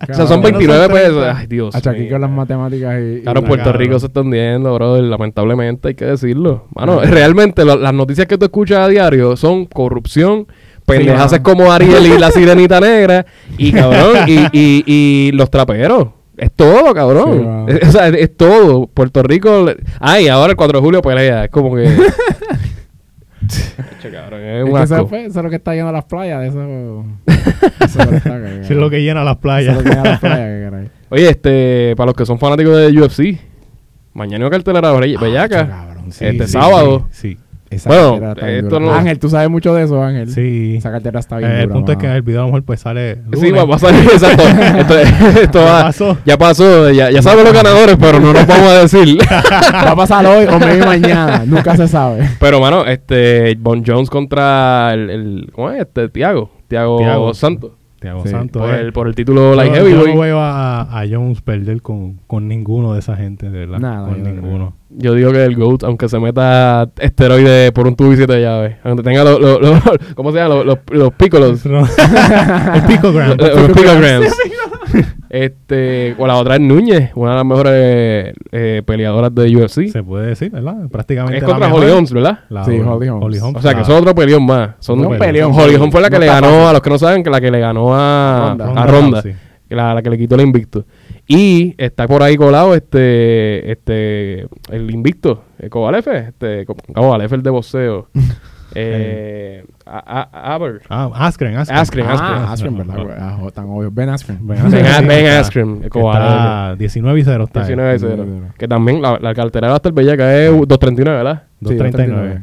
Speaker 1: o sea, son 29
Speaker 3: No son 30.
Speaker 1: pesos. Ay, Dios.
Speaker 2: Hacho, aquí
Speaker 1: mío.
Speaker 2: con las matemáticas y... y
Speaker 1: Claro,
Speaker 2: la-
Speaker 1: Puerto
Speaker 3: cabrón.
Speaker 1: Rico se está hundiendo, brother. Lamentablemente hay que decirlo. Mano, realmente lo- las noticias que tú escuchas a diario son corrupción, pendejas
Speaker 2: mano.
Speaker 1: como Ariel y la sirenita negra, y cabrón, y, y- y los traperos. Es todo, cabrón.
Speaker 2: Sí, mano.
Speaker 1: Es- o sea, es, es todo. Puerto Rico. le- Ay, ahora el 4 de julio pelea. Es como que. Che, cabrón, es
Speaker 2: Es
Speaker 1: un
Speaker 2: que
Speaker 1: asco.
Speaker 2: eso, fue- eso es lo que está lleno las playas. Eso, eso es lo que está, cabrón.
Speaker 3: es lo que llena las
Speaker 2: Eso es
Speaker 3: playas.
Speaker 2: lo que llena las playas, que caray.
Speaker 1: Oye, este, para los que son fanáticos de UFC, mañana hay una cartelera belle-
Speaker 2: Ah,
Speaker 1: bellaca.
Speaker 2: Hacho, cabrón, sí.
Speaker 1: Este sábado.
Speaker 3: Sí.
Speaker 2: Esa
Speaker 1: Bueno,
Speaker 2: cartera está bien
Speaker 1: esto
Speaker 2: dura.
Speaker 1: no-
Speaker 2: Ángel, tú sabes mucho de eso, Ángel.
Speaker 3: sí. Sí.
Speaker 2: Esa cartera está
Speaker 3: Eh,
Speaker 2: bien
Speaker 3: el
Speaker 2: dura,
Speaker 3: punto es que
Speaker 2: mano.
Speaker 3: el video a lo mejor pues sale.
Speaker 1: Sí,
Speaker 3: lunes.
Speaker 1: va a salir, exacto. Esto, esto
Speaker 3: Ya
Speaker 1: va-
Speaker 3: pasó.
Speaker 1: ya pasó, ya, ya saben los ganadores, pero no nos vamos a decir.
Speaker 2: Va a pasar hoy o maybe mañana. Nunca se sabe.
Speaker 1: pero, mano, este, Bon Jones contra el, el- ¿cómo es? Este, Tiago, Tiago
Speaker 3: Tiago.
Speaker 1: Santos,
Speaker 3: Thiago
Speaker 2: Sí.
Speaker 3: Santos,
Speaker 1: por
Speaker 3: eh.
Speaker 1: el, por el título Light
Speaker 3: Yo- yo
Speaker 1: Heavyweight.
Speaker 3: no veo a, a Jones perder con, con ninguno de esa gente, de verdad.
Speaker 2: Nada,
Speaker 3: con
Speaker 2: yo no
Speaker 3: ninguno.
Speaker 1: Yo digo que el GOAT, aunque se meta esteroides por un tubo y siete llaves, aunque tenga los, los- los- ¿cómo se llama? Los, los, los pícolos.
Speaker 3: No. el picogram.
Speaker 1: Los- los
Speaker 2: Ah,
Speaker 1: picograms. este, o la otra es Núñez, una de las mejores eh, peleadoras de UFC.
Speaker 3: Se puede decir, ¿verdad? Prácticamente.
Speaker 1: Es
Speaker 3: la
Speaker 1: contra
Speaker 3: mejor.
Speaker 1: Holly Holmes, ¿verdad?
Speaker 3: La
Speaker 2: Sí,
Speaker 3: otra.
Speaker 2: Holly Holmes.
Speaker 1: O sea, que
Speaker 3: la-
Speaker 1: eso es otro peleón más. Son
Speaker 2: Un
Speaker 1: dos
Speaker 2: Ah. peleón.
Speaker 1: peleón. Holly Holm fue la que
Speaker 2: No
Speaker 1: le
Speaker 2: está
Speaker 1: ganó,
Speaker 2: fácil.
Speaker 1: a los que no saben, que la que le ganó a a
Speaker 2: Ronda.
Speaker 1: Ronda.
Speaker 3: sí.
Speaker 1: la, la que le quitó el invicto. Y está por ahí colado este, este, el invicto, el Kovalefe, este, Co- Kovalev, el de boxeo. eh, a- a- Aber.
Speaker 3: Ah, Askren, Askren.
Speaker 1: Askren, Ben Askren.
Speaker 2: Ah, Askren, ¿verdad? güey? Ah, jo- tan obvio. Ben Askren.
Speaker 3: Ben
Speaker 1: Ben,
Speaker 3: sí,
Speaker 1: Ben
Speaker 3: está-
Speaker 1: Askren, el
Speaker 3: que
Speaker 1: Kovalev.
Speaker 3: Está 19 y 0 está.
Speaker 1: 19
Speaker 2: 19.
Speaker 1: 0. Que también la, la cartera va a estar bella, que es 239, ¿verdad?
Speaker 2: Sí,
Speaker 3: 239.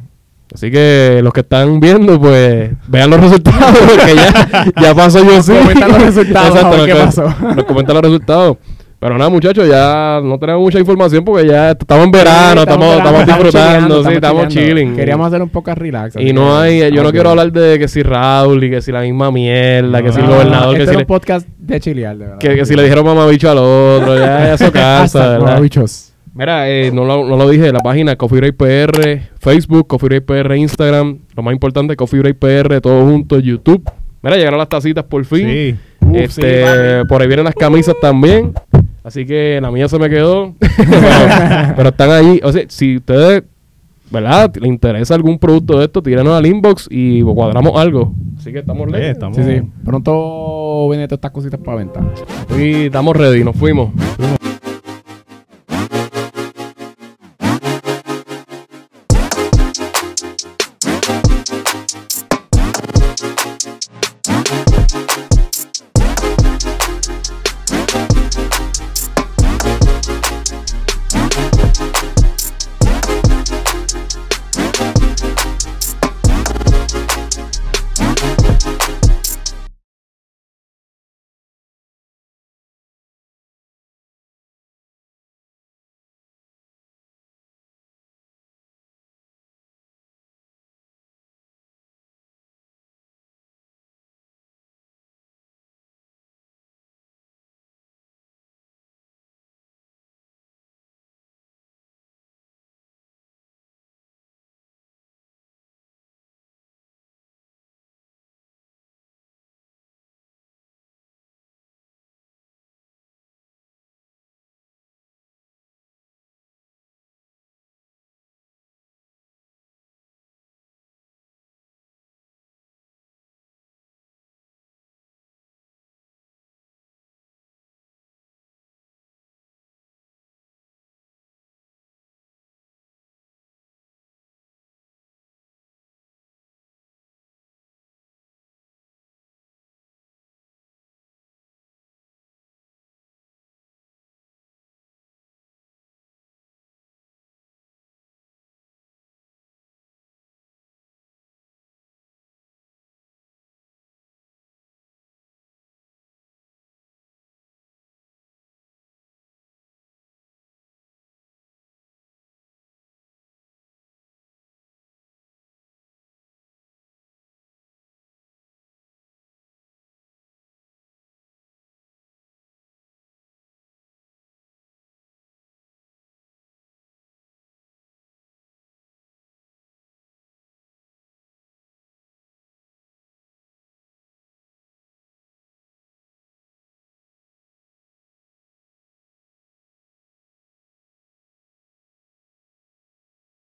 Speaker 1: Así que los que están viendo, pues vean los resultados, porque ya, ya pasó yo sí.
Speaker 2: Comentan los resultados, a ver qué
Speaker 1: nos-
Speaker 2: pasó.
Speaker 1: Nos comentan los resultados. Pero nada, muchachos, ya no tenemos mucha información porque ya est- estamos en verano,
Speaker 2: Sí,
Speaker 1: estamos,
Speaker 2: verano,
Speaker 1: estamos disfrutando,
Speaker 2: chillando,
Speaker 1: sí, estamos
Speaker 2: chillando.
Speaker 1: chilling.
Speaker 2: Queríamos hacer un poco relax. así
Speaker 1: y no
Speaker 2: que
Speaker 1: hay, yo no quiero
Speaker 2: estamos bien.
Speaker 1: hablar de que si Raúl y que si la misma mierda, que si el
Speaker 2: No,
Speaker 1: gobernador,
Speaker 2: este
Speaker 1: que,
Speaker 2: era
Speaker 1: si
Speaker 2: un
Speaker 1: le,
Speaker 2: podcast de chilear, de verdad.
Speaker 1: que, que si le dijeron mamabicho al otro, ya eso cansa,
Speaker 2: Hashtag
Speaker 1: ¿verdad?
Speaker 2: mamabichos.
Speaker 1: Mira, eh, no, lo, no lo dije, la página Coffee Break PR, Facebook, Coffee Break PR, Instagram, lo más importante, Coffee Break PR, todo junto, YouTube. Mira, llegaron las tacitas por fin.
Speaker 3: Sí.
Speaker 1: este, por ahí vienen las camisas también. Así que la mía se me quedó. pero, pero están ahí. O sea, si ustedes, ¿verdad? ¿Le interesa algún producto de esto? Tíranos al inbox y cuadramos algo. Así que estamos
Speaker 3: Eh,
Speaker 1: listos.
Speaker 3: estamos.
Speaker 2: Sí, sí. Pronto vienen todas estas cositas para venta.
Speaker 1: Y estamos ready, nos fuimos.
Speaker 3: Fuimos.